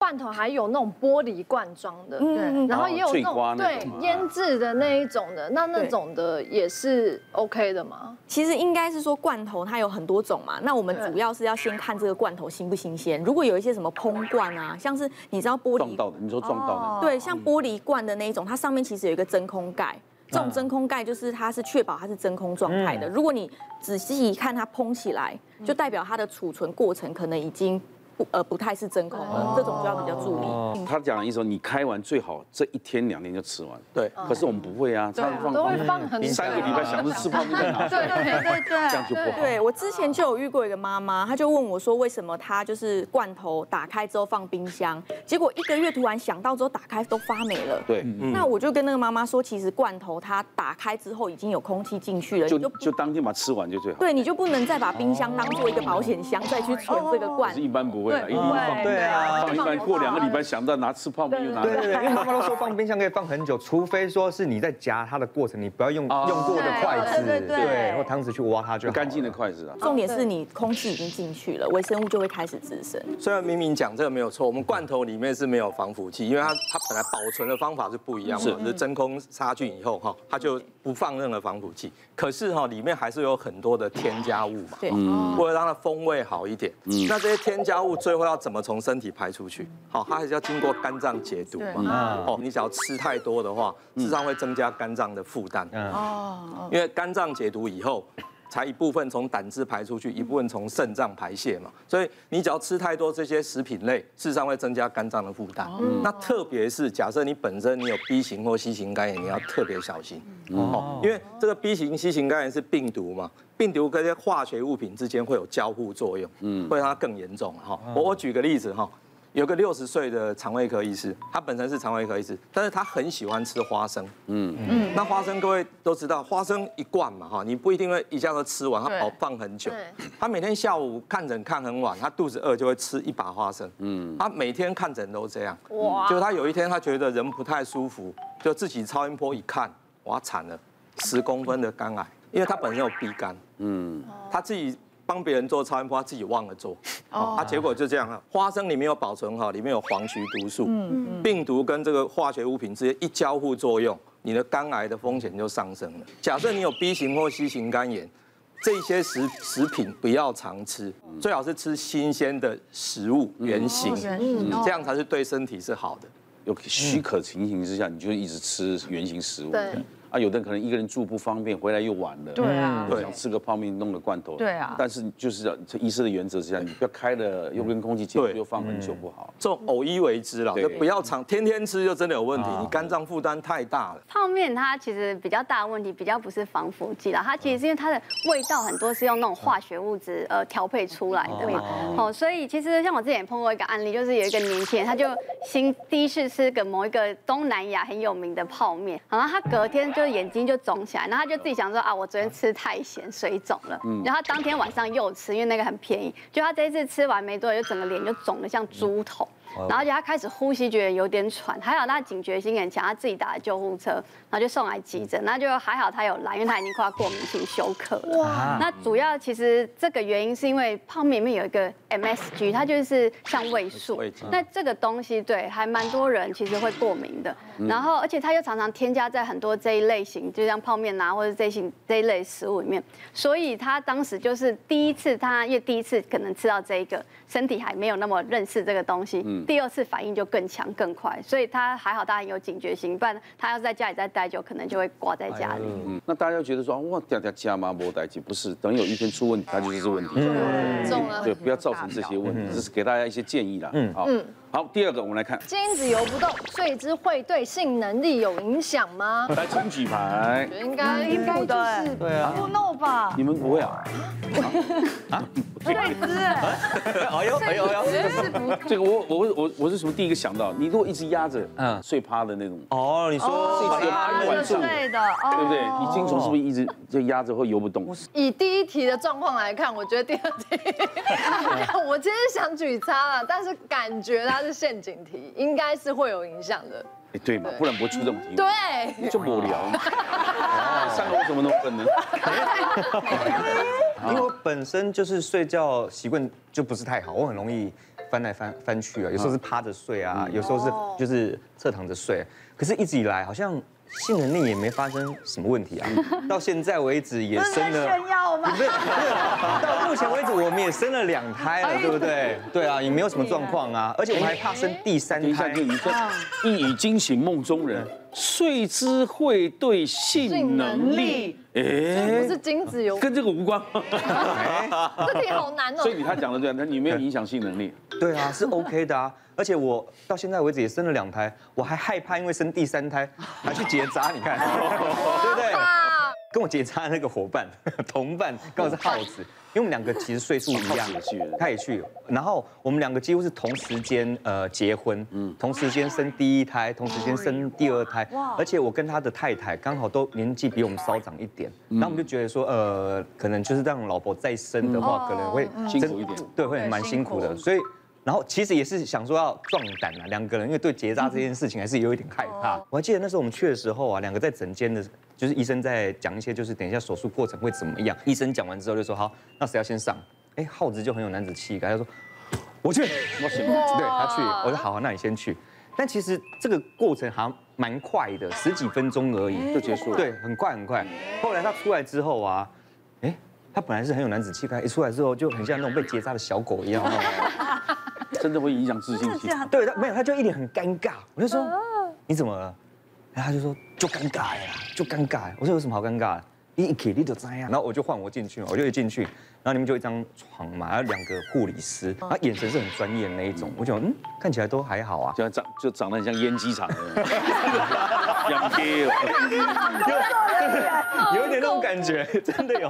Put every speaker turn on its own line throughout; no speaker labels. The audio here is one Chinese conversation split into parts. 罐头还有那种玻璃罐装的，
嗯
对，然后也有那
脆瓜
种
那
对
种啊
腌制的那一种的，那那种的也是 OK 的吗？
其实应该是说罐头它有很多种嘛，那我们主要是要先看这个罐头新不新鲜。如果有一些什么烹罐啊，像是你知道玻
撞
璃，
到的，你说撞到的，
对，像玻璃罐的那一种，它上面其实有一个真空盖。这种真空盖就是它是确保它是真空状态的。如果你仔细一看它膨起来，就代表它的储存过程可能已经不呃不太是真空了，这种就要比较注意。
他讲的意思说，你开完最好这一天两天就吃完。
对
可是我们不会啊，
对
他
啊，
放
都会
放
放很久啊
三个礼拜，想着吃泡面再拿出
对啊
来，
对对对对，
这样就不好。
对我之前就有遇过一个妈妈，她就问我说，为什么她就是罐头打开之后放冰箱，结果一个月突然想到之后打开都发霉了。
对，
那我就跟那个妈妈说，其实罐头它打开之后已经有空气进去了，
就
你就不
就当天把它吃完就最好。
对，你就不能再把冰箱当做一个保险箱再去存这个罐
可是，一般不会啦，
对
一般放
对啊
放一般过两个礼拜想到拿吃泡面又拿
对对对，因为妈妈都说放冰箱可以放很久，除非说是你在夹它的过程，你不要用
哦
用过的筷子，
对对对
对，或汤匙去挖它就好了
干净的。筷子啊。
重点是你空气已经进去了，微生物就会开始滋生。
虽然明明讲这个没有错，我们罐头里面是没有防腐剂，因为它它本来保存的方法是不一样嘛，
是
是真空杀菌以后哈，它就不放任何防腐剂。可是哈，里面还是有很多的添加物嘛，
嗯
对，
为了让它风味好一点。那这些添加物最后要怎么从身体排出去？好，它还是要经过肝脏解毒
嗯
嘛。哦，你只要吃太多的话，事实上会增加肝脏的负担。因为肝脏解毒以后，才一部分从胆汁排出去，一部分从肾脏排泄嘛。所以你只要吃太多这些食品类，事实上会增加肝脏的负担。那特别是假设你本身你有 B 型或 C 型肝炎，你要特别小心哦，因为这个 B 型、C 型肝炎是病毒嘛。病毒跟这些化学物品之间会有交互作用，嗯，会让它更严重哈。我我举个例子哈，有个六十岁的肠胃科医师，他本身是肠胃科医师，但是他很喜欢吃花生，那花生各位都知道，花生一罐嘛哈，你不一定会一下子吃完，它
对
保放很久
对。
他每天下午看诊看很晚，他肚子饿就会吃一把花生。嗯，他每天看诊都这样。
哇
哇！就他有一天他觉得人不太舒服，就自己超音波一看，哇惨了，十公分的肝癌，因为他本身有 B 肝。嗯，他自己。帮别人做超音波，他自己忘了做，哦，他结果就这样了。花生里面有保存好，里面有黄曲毒素，病毒跟这个化学物品之间一交互作用，你的肝癌的风险就上升了。假设你有 B 型或 C 型肝炎，这些食食品不要常吃，最好是吃新鲜的食物嗯哦原型，嗯这样才是对身体是好的。
有许可情形之下，你就一直吃原形食物。
对。
啊，有的人可能一个人住不方便，回来又晚了。
对啊
嗯想吃个泡面，弄个罐头。
对啊
但是就是要这医师的原则之下，你不要开了又跟空气接触，
对
又放很久不好。
这种偶一为之啦，
对
就不要常天天吃，就真的有
啊
问题，你肝脏负担太大了。
泡面它其实比较大的问题，比较不是防腐剂啦，它其实是因为它的味道很多是用那种化学物质呃调配出来的嘛，哦，所以其实像我之前也碰过一个案例，就是有一个年轻人，他就新第一次吃个某一个东南亚很有名的泡面，然后他隔天就眼睛就肿起来，然后他就自己想说啊，我昨天吃太咸水肿了，然后他当天晚上又吃，因为那个很便宜，就他这一次吃完没多久，就整个脸就肿得像猪头。然后而且他开始呼吸觉得有点喘，还好他警觉性很强，他自己打了救护车，然后就送来急诊，那就还好他有来，因为他已经快要过敏性休克了。
啊
哇！那主要其实这个原因是因为泡面里面有一个 MSG，它就是像味素
味精，
那这个东西对还蛮多人其实会过敏的，然后而且它又常常添加在很多这一类型，就像泡面啊或者这一型这一类食物里面，所以他当时就是第一次他因为第一次可能吃到这一个，身体还没有那么认识这个东西，第二次反应就更强更快，所以他还好他很有警觉性，不然他要是在家里再待久，可能就会挂在
哎
家里。
嗯，那大家觉得说哇，掉掉加麻波代金，不是等有一天出问题，它就是这问题。
中了
对，不要造成这些问题，只是给大家一些建议啦。嗯嗯，好。好，第二个我们来看，
精子游不动，睡姿会对性能力有影响吗？
来请举牌。
应该应该就是
对啊，
不 no 吧？
你们不会啊？
哎呦哎呦哎呦，
这个我我我我是什么第一个想到？你如果一直压着，嗯，
嗯
睡趴的那种，
哦，你说
一直压管住，对
对的，哦
不对？你精虫是不是一直就压着会游不动？
以第一题的状况来看，我觉得第二题， 我其实想举叉了，但是感觉它是陷阱题，应该是会有影响的。
哎，对嘛，不然不会出这种题目。
对，
就无聊嘛。 上个我怎么能笨呢？
因为我本身就是睡觉习惯就不是太好，我很容易翻来翻翻去啊，有时候是趴着睡啊，有时候是就是侧躺着睡。啊可是，一直以来好像性能力也没发生什么问题啊，到现在为止也生了。
耀吗？
不是， 到目前为止我们也生了两胎了，对不对？对啊，也没有什么状况啊，而且我们还怕生第三
等一下，
胎
就。一个一语惊醒梦中人，睡姿会对嗯性能嗯力，
不
哎，
是精子有，
跟这个无关。
这题好难哦
所以。你他讲的对啊，那你没有影响性能力，
对啊，是 OK 的啊。而且我到现在为止也生了两胎，我还害怕因为生第三胎还去结扎，你看，对不对？
啊，
跟我结扎的那个伙伴同伴刚好是耗子，因为我们两个其实岁数一样
耗子也去了，
他也去了，然后我们两个几乎是同时间呃结婚，同时间生第一胎，同时间生第二胎，而且我跟他的太太刚好都年纪比我们稍长一点，然后我们就觉得说呃，可能就是让老婆再生的话，可能会
辛
真
苦一点
对，会蛮嗯辛苦的，所以。然后其实也是想说要壮胆啊，两个人因为对结扎这件事情还是有一点害怕。我还记得那时候我们去的时候啊，两个在诊间的，就是医生在讲一些就是等一下手术过程会怎么样。医生讲完之后就说好，那谁要先上？哎，浩子就很有男子气概，他说我去，我去，对他去，我说好、啊，那你先去。但其实这个过程好像蛮快的，十几分钟而已
就结束了
对，很哎快很快。后来他出来之后啊，哎，他本来是很有男子气概，一出来之后就很像那种被结扎的小狗一样。
真的会影响自信心。
对他没有，他就一脸很尴尬。我就说你怎么了？然后他就说就尴尬呀，就尴尬呀。我说有什么好尴尬的？你一起你就这样。然后我就换我进去嘛，我就一进去，然后里面就一张床嘛，还有两个护理师，他眼神是很专业的那一种。我想嗯，看起来都还好啊。
就长就长得很像烟机厂 的，哦养鸡了。
有一点那种感觉， 真的有。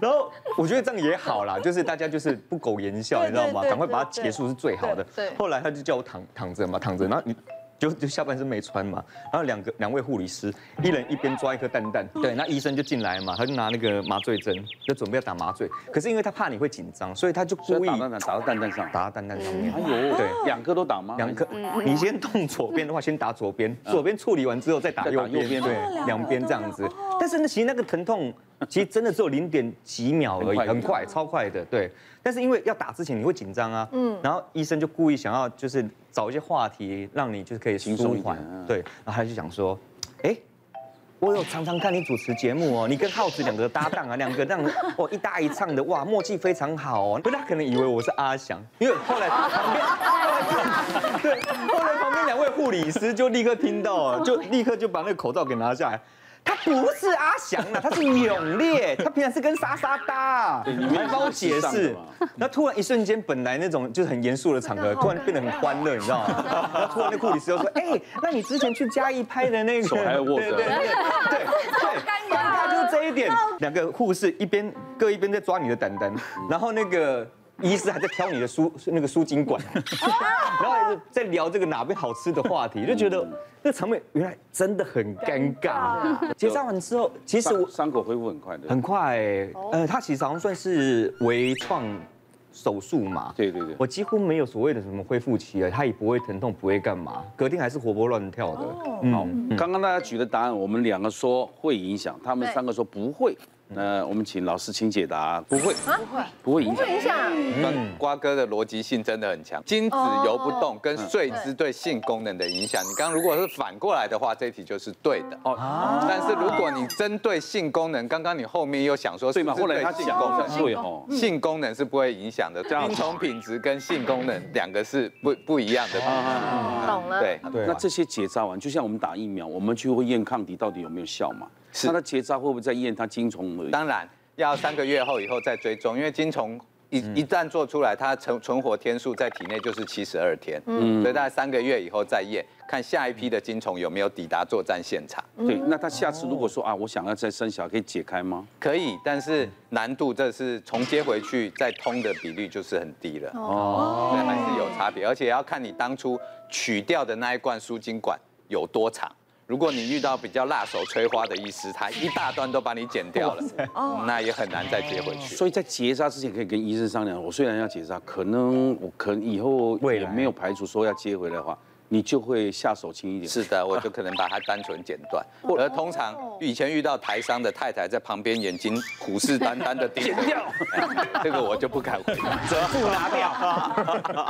然后我觉得这样也好 啦，就是大家就是不苟言笑，你知道吗？赶快把它结束是最好的。
对对
后来他就叫我躺躺着嘛，躺着，然后你。就就下半身没穿嘛，然后两个两位护理师，一人一边抓一颗蛋蛋，
嗯
对，那医生就进来嘛，他就拿那个麻醉针，就准备要打麻醉，可是因为他怕你会紧张，所以他就
所
故
以
意
打蛋蛋打到蛋蛋上，
打到蛋蛋上面
哎，呦，
对，
两颗都打吗？嗯
两颗，你先动左边的话，先打左边，左边处理完之后再打
再
右
打
边，
右边
对，哦两边这样子。但是呢，其实那个 疼痛，其实真的只有零点几秒而已，
很快
很快，超快的，对。但是因为要打之前你会紧张啊，嗯，然后医生就故意想要就是找一些话题让你就是可以
轻
舒
松一点
缓
嗯，
对。然后他就想说，哎。我有常常看你主持节目哦，你跟浩子两个搭档啊，两个这样哦一搭一唱的，哇，默契非常好哦。不，他可能以为我是阿翔，因为后来旁边对，后来旁边两位护理师就立刻听到了，就立刻就把那个口罩给拿下来。他不是阿翔啊，他是永烈，他平常是跟莎莎搭、啊。
对你
你
没有
还帮我解
时尚的
释
嘛。
那突然一瞬间，本来那种就是很严肃的场合，突然变得很欢乐，你知道吗？然后突然那护理师就说：“哎，那你之前去嘉义拍的那个，
手还要握着
对对对对对，尴尬就是这一点。两个护士一边各一边在抓你的胆 胆，然后那个。”医师还在挑你的输那个输精管，
哦
然后还是在聊这个哪边好吃的话题，就觉
嗯
得这场面原来真的很尴尬。结扎完之后，其实
伤
我
伤口恢复很快的，
很快、
哦
呃，他其实好像算是微创手术嘛。
对对对
我几乎没有所谓的什么恢复期啊了，他也不会疼痛，不会干嘛，隔天还是活蹦乱跳的。嗯
好，刚刚大家举的答案，我们两个说会影响，他们三个说不会。那我们请老师请解答，嗯不会，
啊，不会，
不会影
不
响
会。影响。
嗯
嗯瓜哥的逻辑性真的很强，精子
哦
游不动跟睡姿对性功能的影响，你刚刚如果是反过来的话，这一题就是对的。哦，但是如果你针对性功能，刚刚你后面又想说
对
是不
嘛？
是
后来
对
他
性
讲
功
好
能
像对哦，
性功能是不会影响的，
样
精虫品质跟性功能两个是不不一样的。
懂了
对，
对啊
那这些结扎完，就像我们打疫苗，我们去会验抗体到底有没有效嘛？
是
那他结扎会不会再验他精虫而已？
当然要三个月后以后再追踪，因为精虫一一旦做出来，它存存活天数在体内就是七十二天，嗯，所以大概三个月以后再验，看下一批的精虫有没有抵达作战现场。
对，那他下次如果说啊，我想要再生小孩，可以解开吗？
可以，但是难度这是重接回去再通的比率就是很低了，哦，所以还是有差别，而且要看你当初取掉的那一罐输精管有多长。如果你遇到比较辣手摧花的医师，他一大段都把你剪掉了，那也很难再接回去。
所以在结扎之前可以跟医生商量，我虽然要结扎，可能我可能以后
未
也
来
没有排除说要接回来的话，你就会下手轻一点。
是 的，我就可能把它单纯剪 断。而通常以前遇到台商的太太在旁边眼睛虎视眈眈 的盯着，剪掉，这个我就不敢回答。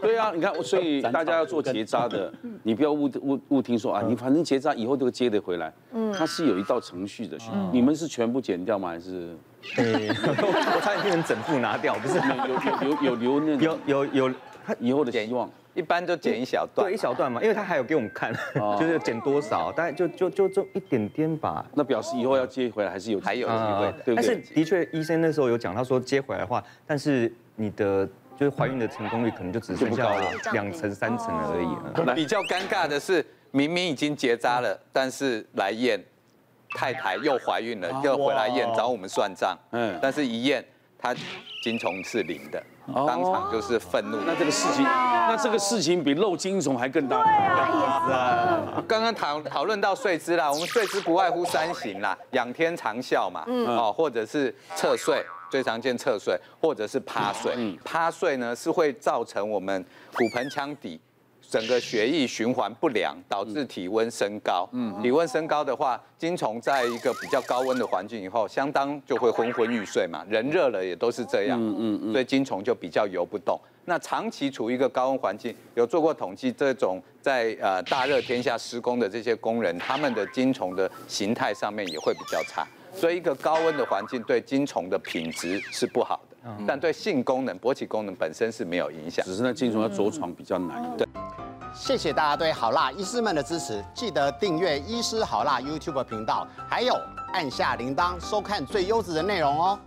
对啊，你看，所 以大家要做结扎的，
嗯
你不要误误误听说啊，你反正结扎以后都接得回来。嗯，它是有一道程序的，
哦
你们是全部剪掉吗？还 是
对， 我差点变成整副拿掉， 不是
有有有有留那
有
种
有有，他
以后的希望？
一般就剪一小段
对，一，小段嘛，因为他还有给我们看，
哦
就是减多少，大概就就就就一点点吧。
那表示以后要接回来还是有
还有机
啊
会的。
对不对
但是的确，医生那时候有讲，他说接回来的话，但是你的就是怀孕的成功率可能就只剩
就不
下
高了
两成三成而已。嗯
比较尴尬的是，明明已经结扎了，但是来验，太太又怀孕了，又回来验找我们算账。
嗯
嗯，但是一验，她精虫是零的，当场就是愤怒。
哦那这个事情，那这个事情比漏精虫还更
啊
大。
刚刚讨讨论到睡姿啦，我们睡姿不外乎三型啦，仰天长啸嘛，哦，或者是侧睡，最常见侧睡，或者是趴睡。趴睡呢是会造成我们骨盆腔底整个血液循环不良，导致体温升高。体温升高的话，精虫在一个比较高温的环境以后，相当就会昏昏欲睡嘛，人热了也都是这样。所以精虫就比较游不动。那长期处于一个高温环境，有做过统计，这种在呃大热天下施工的这些工人，他们的精虫的形态上面也会比较差。所以一个高温的环境对精虫的品质是不好的，但对性功能、勃起功能本身是没有影响。
只是那精虫要着床比较难一点。
谢谢大家对好辣医师们的支持，记得订阅医师好辣 YouTube 频道，还有按下铃铛收看最优质的内容哦。